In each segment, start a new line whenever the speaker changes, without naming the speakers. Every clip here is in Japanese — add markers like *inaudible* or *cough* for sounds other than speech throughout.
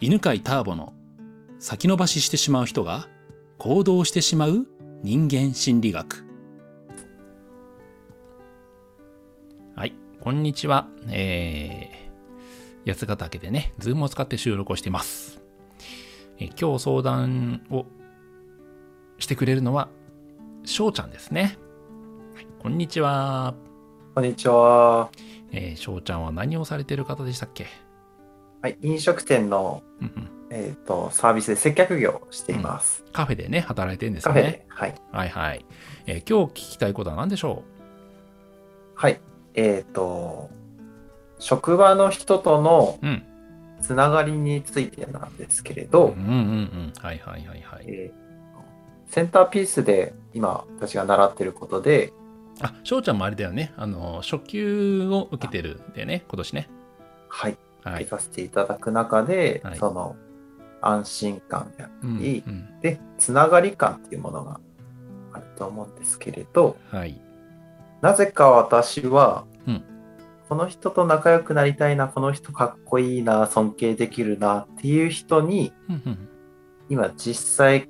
犬飼ターボの先延ばししてしまう人が行動してしまう人間心理学。はい、こんにちは。えー、八ヶ岳でね、ズームを使って収録をしています。えー今日相談をしてくれるのは、しょうちゃんですね。はいこんにちは。
こんにちは。
えー、しょうちゃんは何をされてる方でしたっけ
はい、飲食店の、
うんうん
えっとサービスで接客業をしています。
カフェでね、働いてるんです
カ
よ
フェ
ね。
で、はい。
はいはい。えー今日聞きたいことは何でしょ
はい。えっ、と、職場の人との
ううん。
つながりについてなんですけれ
うんう
ど、
んうん。はいはいはいはい。
えーセンターピースで今私が習ってることで、
あ、翔ちゃんもあれだよね。あの、初級を受けてるんだよね、今年ね。
はい、
は
受け
い。
させていただく中で、
はい
その安心感であった
うん
り、
うん
で、つながり感っていうものがあると思うんですけれど、
はい。
なぜか私は、
うん
この人と仲良くなりたいな、この人かっこいいな、尊敬できるなっていう人に、
うんうん
今実際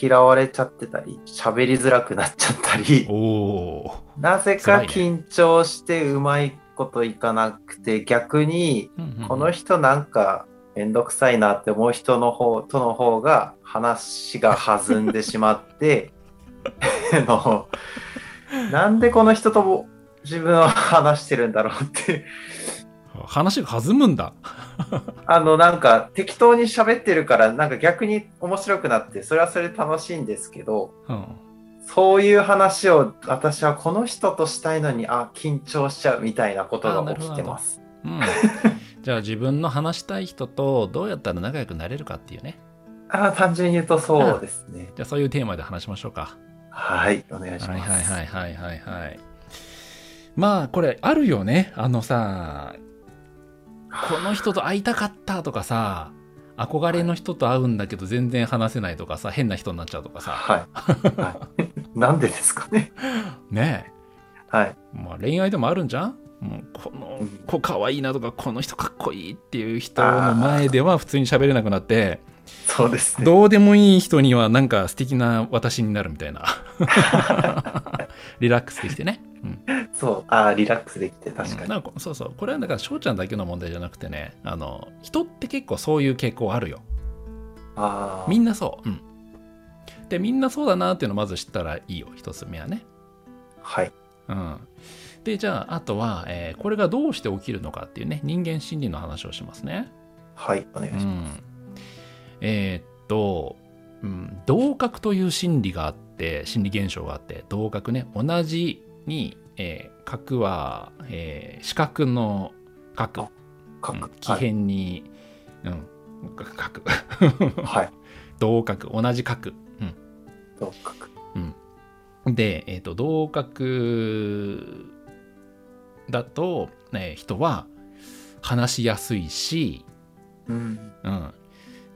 嫌われちゃってたり、喋りづらくなっちゃったり、
おー。
なぜか緊張してうまいこといかなくて、逆に
うんうん
この人なんかめんどくさいなって思う人の方との方が話が弾んでしまって
*laughs*
あのなんでこの人とも自分は話してるんだろうって
話が弾むんだ。
あのなんか適当に喋ってるからなんか逆に面白くなってそれはそれで楽しいんですけど
うん。
そういう話を私はこの人としたいのにあ緊張しちゃうみたいなことが起きてます。
うん、 *laughs* じゃあ自分の話したい人とどうやったら仲良くなれるかっていうね。
あー単純に言うとそうですね。
じゃあそういうテーマで話しましょうか。
はい、お願いし
はい
ます。
はいはいはいはいはい。まあこれあるよね。あのさ、この人と会いたかったとかさ、憧れの人と会うんだけど全然話せないとかさ、変な人になっちゃうとかさ。
はい。はい、なんでですかね。
ね
はい
え。。まあ恋愛でもあるんじゃんもうこの子かわいいなとか、この人かっこいいっていう人の前では普通に喋れなくなって、
そうですね。
どうでもいい人にはなんか素敵な私になるみたいな。リラックスできてね。うん
そう。ああ、リラックスできて、確かに。
なんかそうそうこれはだから翔ちゃんだけの問題じゃなくてねあの人って結構そういう傾向あるよ
ああ。
みんなそううんでみんなそうだなっていうのをまず知ったらいいよ一つ目はね
はい。
うんでじゃああとは、えーこれがどうして起きるのかっていうね人間心理の話をしますね
はい。お願いしま
えーっと、うん、同格という心理があって心理現象があって同格ね同じに、えー格は、えー、視覚の格
す。か
うん
く。
奇
はい。
変に、うん、か角
はい。
*laughs* 同角同じ角、
どうかく。
うん、で、えー、と同角だと、えー人は話しやすいし、
うん。
うん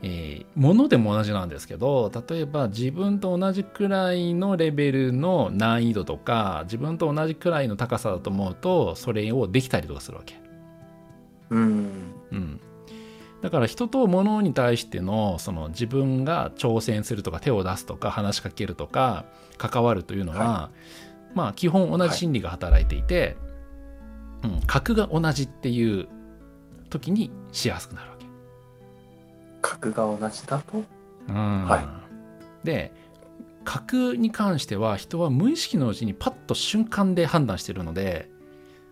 えー物でも同じなんですけど例えば自分と同じくらいのレベルの難易度とか自分と同じくらいの高さだと思うとそれをできたりとかするわけ。
うん。
うん、だから人と物に対してのその自分が挑戦するとか手を出すとか話しかけるとか関わるというのは、まあ基本同じ心理が働いていて、うん、格が同じっていう時にしやすくなるわけ。
格が同じだと。
うん
は
で格に関しては人は無意識のうちにパッと瞬間で判断してるので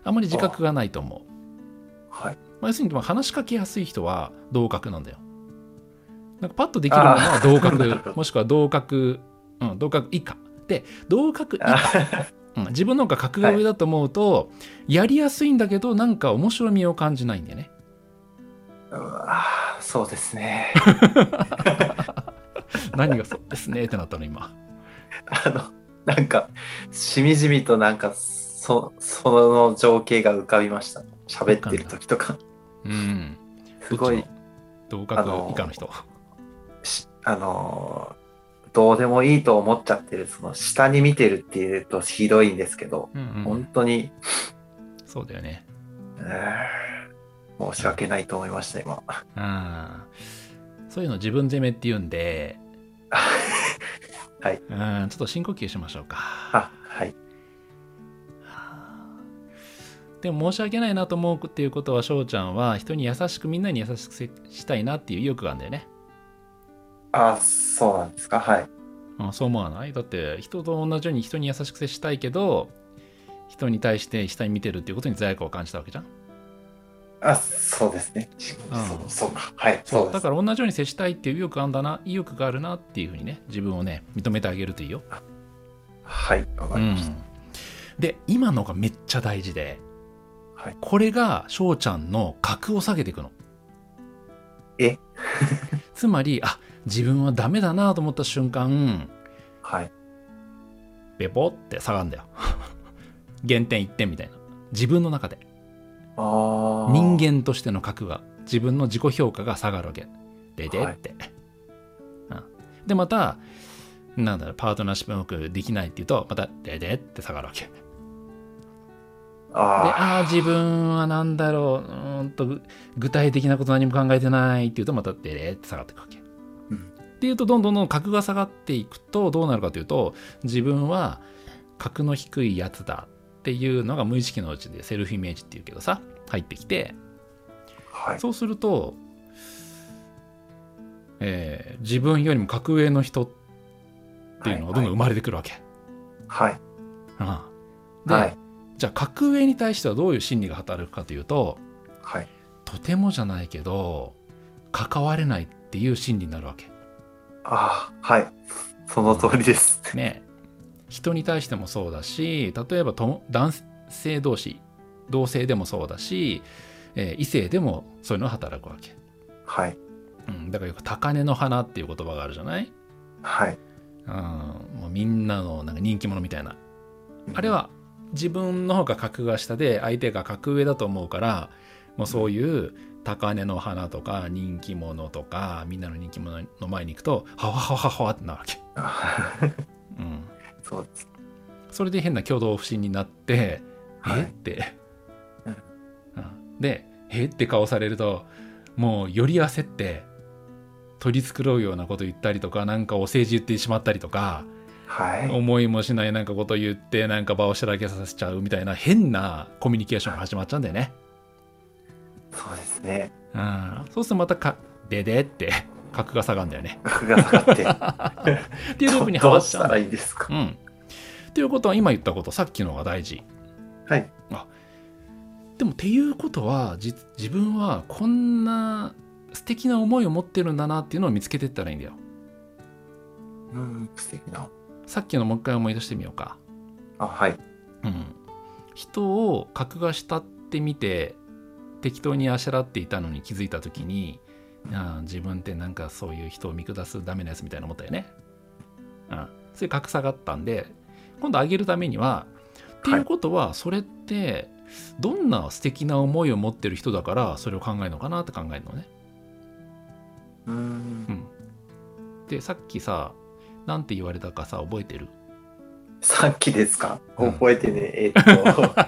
あまり自覚がないと思う。
はい。
まあ、要するにまあ話しかけやすい人は同格なんだよ。なんかパッとできるものは同
あーなるほ
格
ど
もしくは同格、うん、同格以下で同格以
あ
下、うん自分の方が格が上だと思うと、やりやすいんだけどなんか面白みを感じないんだよね。
うわーそうですね。 *laughs*
何がそうですねってなったの今。
あの、なんか、しみじみとなんか、そその情景が浮かびました。喋ってる時とか。
うん、
すごい、
どっちの同格以下の人。
しあのーどうでもいいと思っちゃってる、その下に見てるっていうとひどいんですけど、
うんう
本
ん、
当に
そうだよね。
えー申し訳ないと思いました今 *laughs*
あーそういうの自分責めって言うんで
*laughs* はい
うんちょっと深呼吸しましょうか
あはい
でも申し訳ないなと思うっていうことは翔ちゃんは人に優しくみんなに優しくせしたいなっていう意欲があるんだよね、
あそうなんですかはい
うん、そう思わないだって人と同じように人に優しく接したいけど人に対して下に見てるっていうことに罪悪を感じたわけじゃん
あそうですね、
うん
そうそうかはいそうで
だ
す
から同じように接したいっていう意欲があんだな意欲があるなっていうふうにね自分をね認めてあげるといいよ、
はいわか
う
りました、
ん、で今のがめっちゃ大事で、
はい
これが翔ちゃんの格を下げていくの
え
*laughs* つまりあ自分はダメだなと思った瞬間
はい
ベポって下がるんだよ減点1点みたいな自分の中で
あー
人間としての格が自分の自己評価が下がるわけででって、うんでまたなんだろうパートナーシップうまくできないっていうとまたででって下がるわけで
あ
ああー自分はなんだろううーんとぐ具体的なこと何も考えてないっていうとまたででって下がっていくわけ、
うん
っていうとどんどんどんどん格が下がっていくとどうなるかというと自分は格の低いやつだっていうのが無意識のうちでセルフイメージっていうけどさ入ってきて、
ーはい
そうすると、えー自分よりも格上の人っていうのがどんどん生まれてくるわけ。
はい
うんで、
はい
じゃあ格上に対してはどういう心理が働くかというと
はい
とてもじゃないけど関われないっていう心理になるわけ。
あーはいその通りです、 *laughs*
ね人に対してもそうだし例えばとも男性同士同性でもそうだし、えー異性でもそういうのが働くわけ。
はい
うん、だからよく「高嶺の花」っていう言葉があるじゃない
はい
うん、もうみんなのなんか人気者みたいな。あれは自分の方が格が下で相手が格上だと思うからもうそういう高嶺の花とか人気者とかみんなの人気者の前に行くとハワハワハワってなるわけ。
あ
うん、
ー *laughs* そうです
それで変な挙動不審になって「
はい
えっ?」て
うん。
うんで「えっ?」て顔されるともうより焦って取り繕うようなこと言ったりとかなんかお世辞言ってしまったりとか。
はい
思いもしないなんかこと言ってなんか場をしらけさせちゃうみたいな変なコミュニケーションが始まっちゃうんだよね。
そうですね *laughs*
うん、そうするとまたか「でで」って格が下がるんだよね。
額が下がって
っていうループには
ど
ま
う
っ
し
ちゃう
た
んだ
ら
よ。
いいですか、
うん、っていうことは今言ったことさっきのが大事。
はい
でもっていうことはじ自分はこんな素敵な思いを持ってるんだなっていうのを見つけていったらいいんだよ。
うん素敵な
さっきのもう一回思い出してみようか。
あはい
うん、人を格が下ってみて適当にあしらっていたのに気づいた時にあー自分ってなんかそういう人を見下すダメなやつみたいな思ったよね。うん、それ格下がったんで今度上げるためにはっていうことはそれってどんな素敵な思いを持ってる人だからそれを考えるのかなって考えるのね。
う
うんん、でさっきさなんて言われたかさ覚えてる
さっきですか
うん
覚えてねえ
*laughs*
っと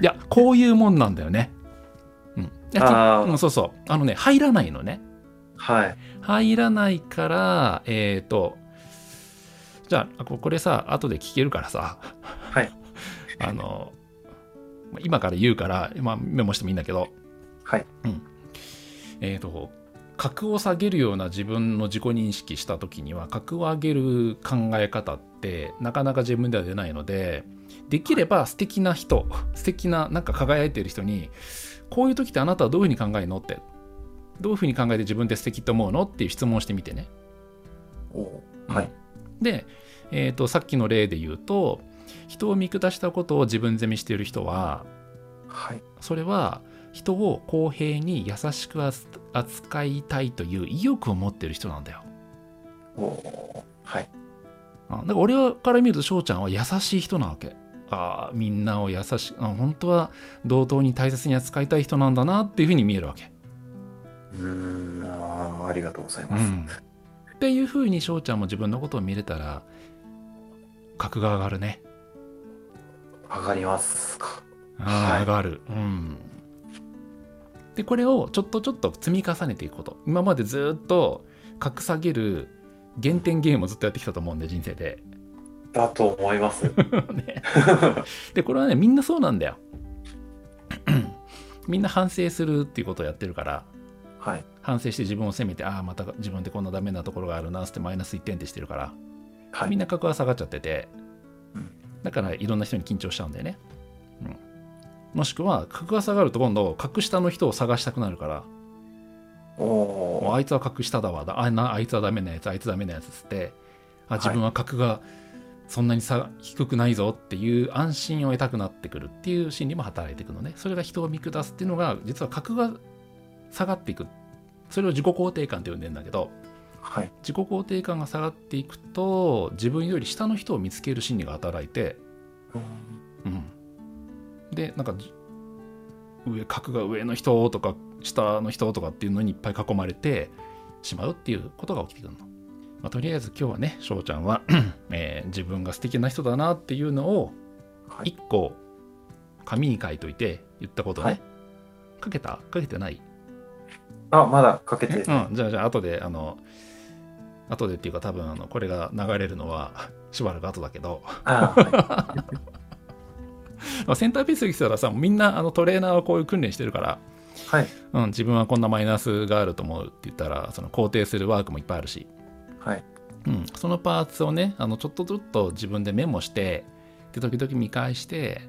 いや、こういうもんなんだよね。うん。いやち
あー
うんそうそう。あのね、入らないのね。
はい
入らないから、えっ、と、じゃあ、ここれさ、後で聞けるからさ。
はい。
*laughs* あの、今から言うから、まあ、メモしてもいいんだけど、
はい
えっ、と、格を下げるような自分の自己認識した時には格を上げる考え方ってなかなか自分では出ないのでできれば素敵な人素敵ななんか輝いてる人にこういう時ってあなたはどういうふうに考えるのってどういうふうに考えて自分って素敵と思うのっていう質問をしてみてね。
おーはい
で、えー、とさっきの例で言うと人を見下したことを自分責めしている人は
はい
それは人を公平に優しくあつ扱いたいという意欲を持っている人なんだよ。
おーはい
あだから俺から見ると翔ちゃんは優しい人なわけ。ああみんなを優しくあ本当は同等に大切に扱いたい人なんだなっていうふうに見えるわけ。
うーんあーありがとうございま
う
す、
ん、っていうふうに翔ちゃんも自分のことを見れたら格が上がるね。
上がりますか
ああ
はい
上がる。うん。っでこれをちょっとちょっと積み重ねていくこと今までずっと格下げる原点ゲームをずっとやってきたと思うんで人生で
だと思いま
*laughs*
す。
ねでこれはねみんなそうなんだよ *clears throat* みんな反省するっていうことをやってるから
はい。
反省して自分を責めてああまた自分ってこんなダメなところがあるなっつってマイナス1点ってしてるから
は
みん
い。
な格は下がっちゃってて
うん、
だからいろんな人に緊張しちゃうんだよね。うん、もしくは、格が下がると今度、格下の人を探したくなるから、
お
もう
おー。
あいつは格下だわ、だあなあいつはダメなやつ、あいつはダメなやつっつって、あ
はい
自分は格がそんなにさ低くないぞっていう安心を得たくなってくるっていう心理も働いていくのね。それが人を見下すっていうのが、実は格が下がっていく。それを自己肯定感って呼んでんだけど、
はい。
自己肯定感が下がっていくと、自分より下の人を見つける心理が働いて、
うん
うん、でなんかじ上格が上の人とか下の人とかっていうのにいっぱい囲まれてしまうっていうことが起きてくるの。まあとりあえず今日はね翔ちゃんは、 *clears throat* えー自分が素敵な人だなっていうのを
はい。
一個紙に書いといて言ったことね、
はい
書けた書けてない、
あ、まだかけて。
うん、じゃあじゃあ後であの後でっていうか多分あのこれが流れるのはしばらく後だけど
あーはい
まあセンターピースに来たらさみんなあのトレーナーはこういう訓練してるから
はい。
うん、自分はこんなマイナスがあると思うって言ったらその肯定するワークもいっぱいあるし、
はい。
うん、そのパーツをねあのちょっとずっと自分でメモしてで時々見返して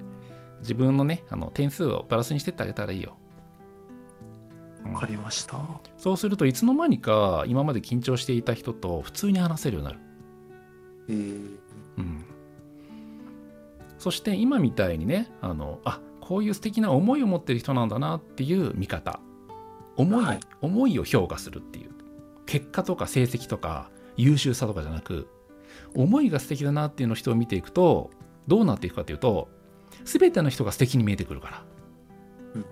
自分のねあの点数をプラスにしてってあげたらいいよ
わかりました。
そうするといつの間にか今まで緊張していた人と普通に話せるようになる、
えー
うん、そして今みたいにねあのあこういう素敵な思いを持ってる人なんだなっていう見方思い,、
はい
思いを評価するっていう結果とか成績とか優秀さとかじゃなく思いが素敵だなっていうのを人を見ていくとどうなっていくかというと全ての人が素敵に見えてくるから、
うん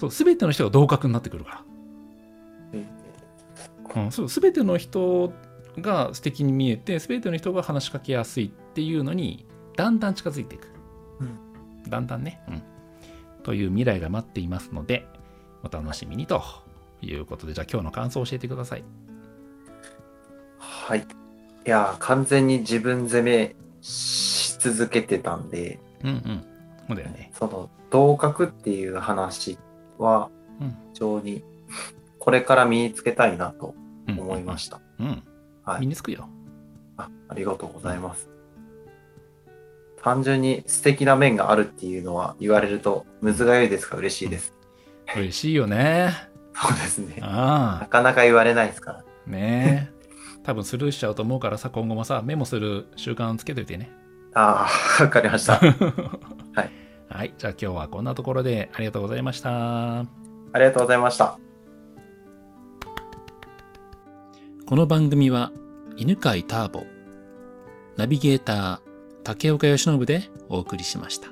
そう全ての人が同格になってくるか
えー
ら、うん、そう全ての人が素敵に見えて全ての人が話しかけやすいっていうのにだんだん近づいていく、だんだんね、うん、という未来が待っていますのでお楽しみにということでじゃあ今日の感想を教えてください
はい。いやー、完全に自分攻めし続けてたんで、
うんうんそうだよね
その同格っていう話は
うん
非常にこれから身につけたいなと
うん
思いました。
うん
はい
身につくよ
あありがとうございます。単純に素敵な面があるっていうのは言われるとむずがゆいですが嬉しいです。
嬉しいよね
そうですね。な
あ
かなか言われないですから。
あねえ多分スルーしちゃうと思うからさ今後もさメモする習慣つけといてね
ああ、わかり
*laughs*
ました。あ、
はいはい、じゃあ今日はこんなところでありがとうございました
りがとうございました。
この番組は犬飼ターボナビゲーター竹岡由伸でお送りしました。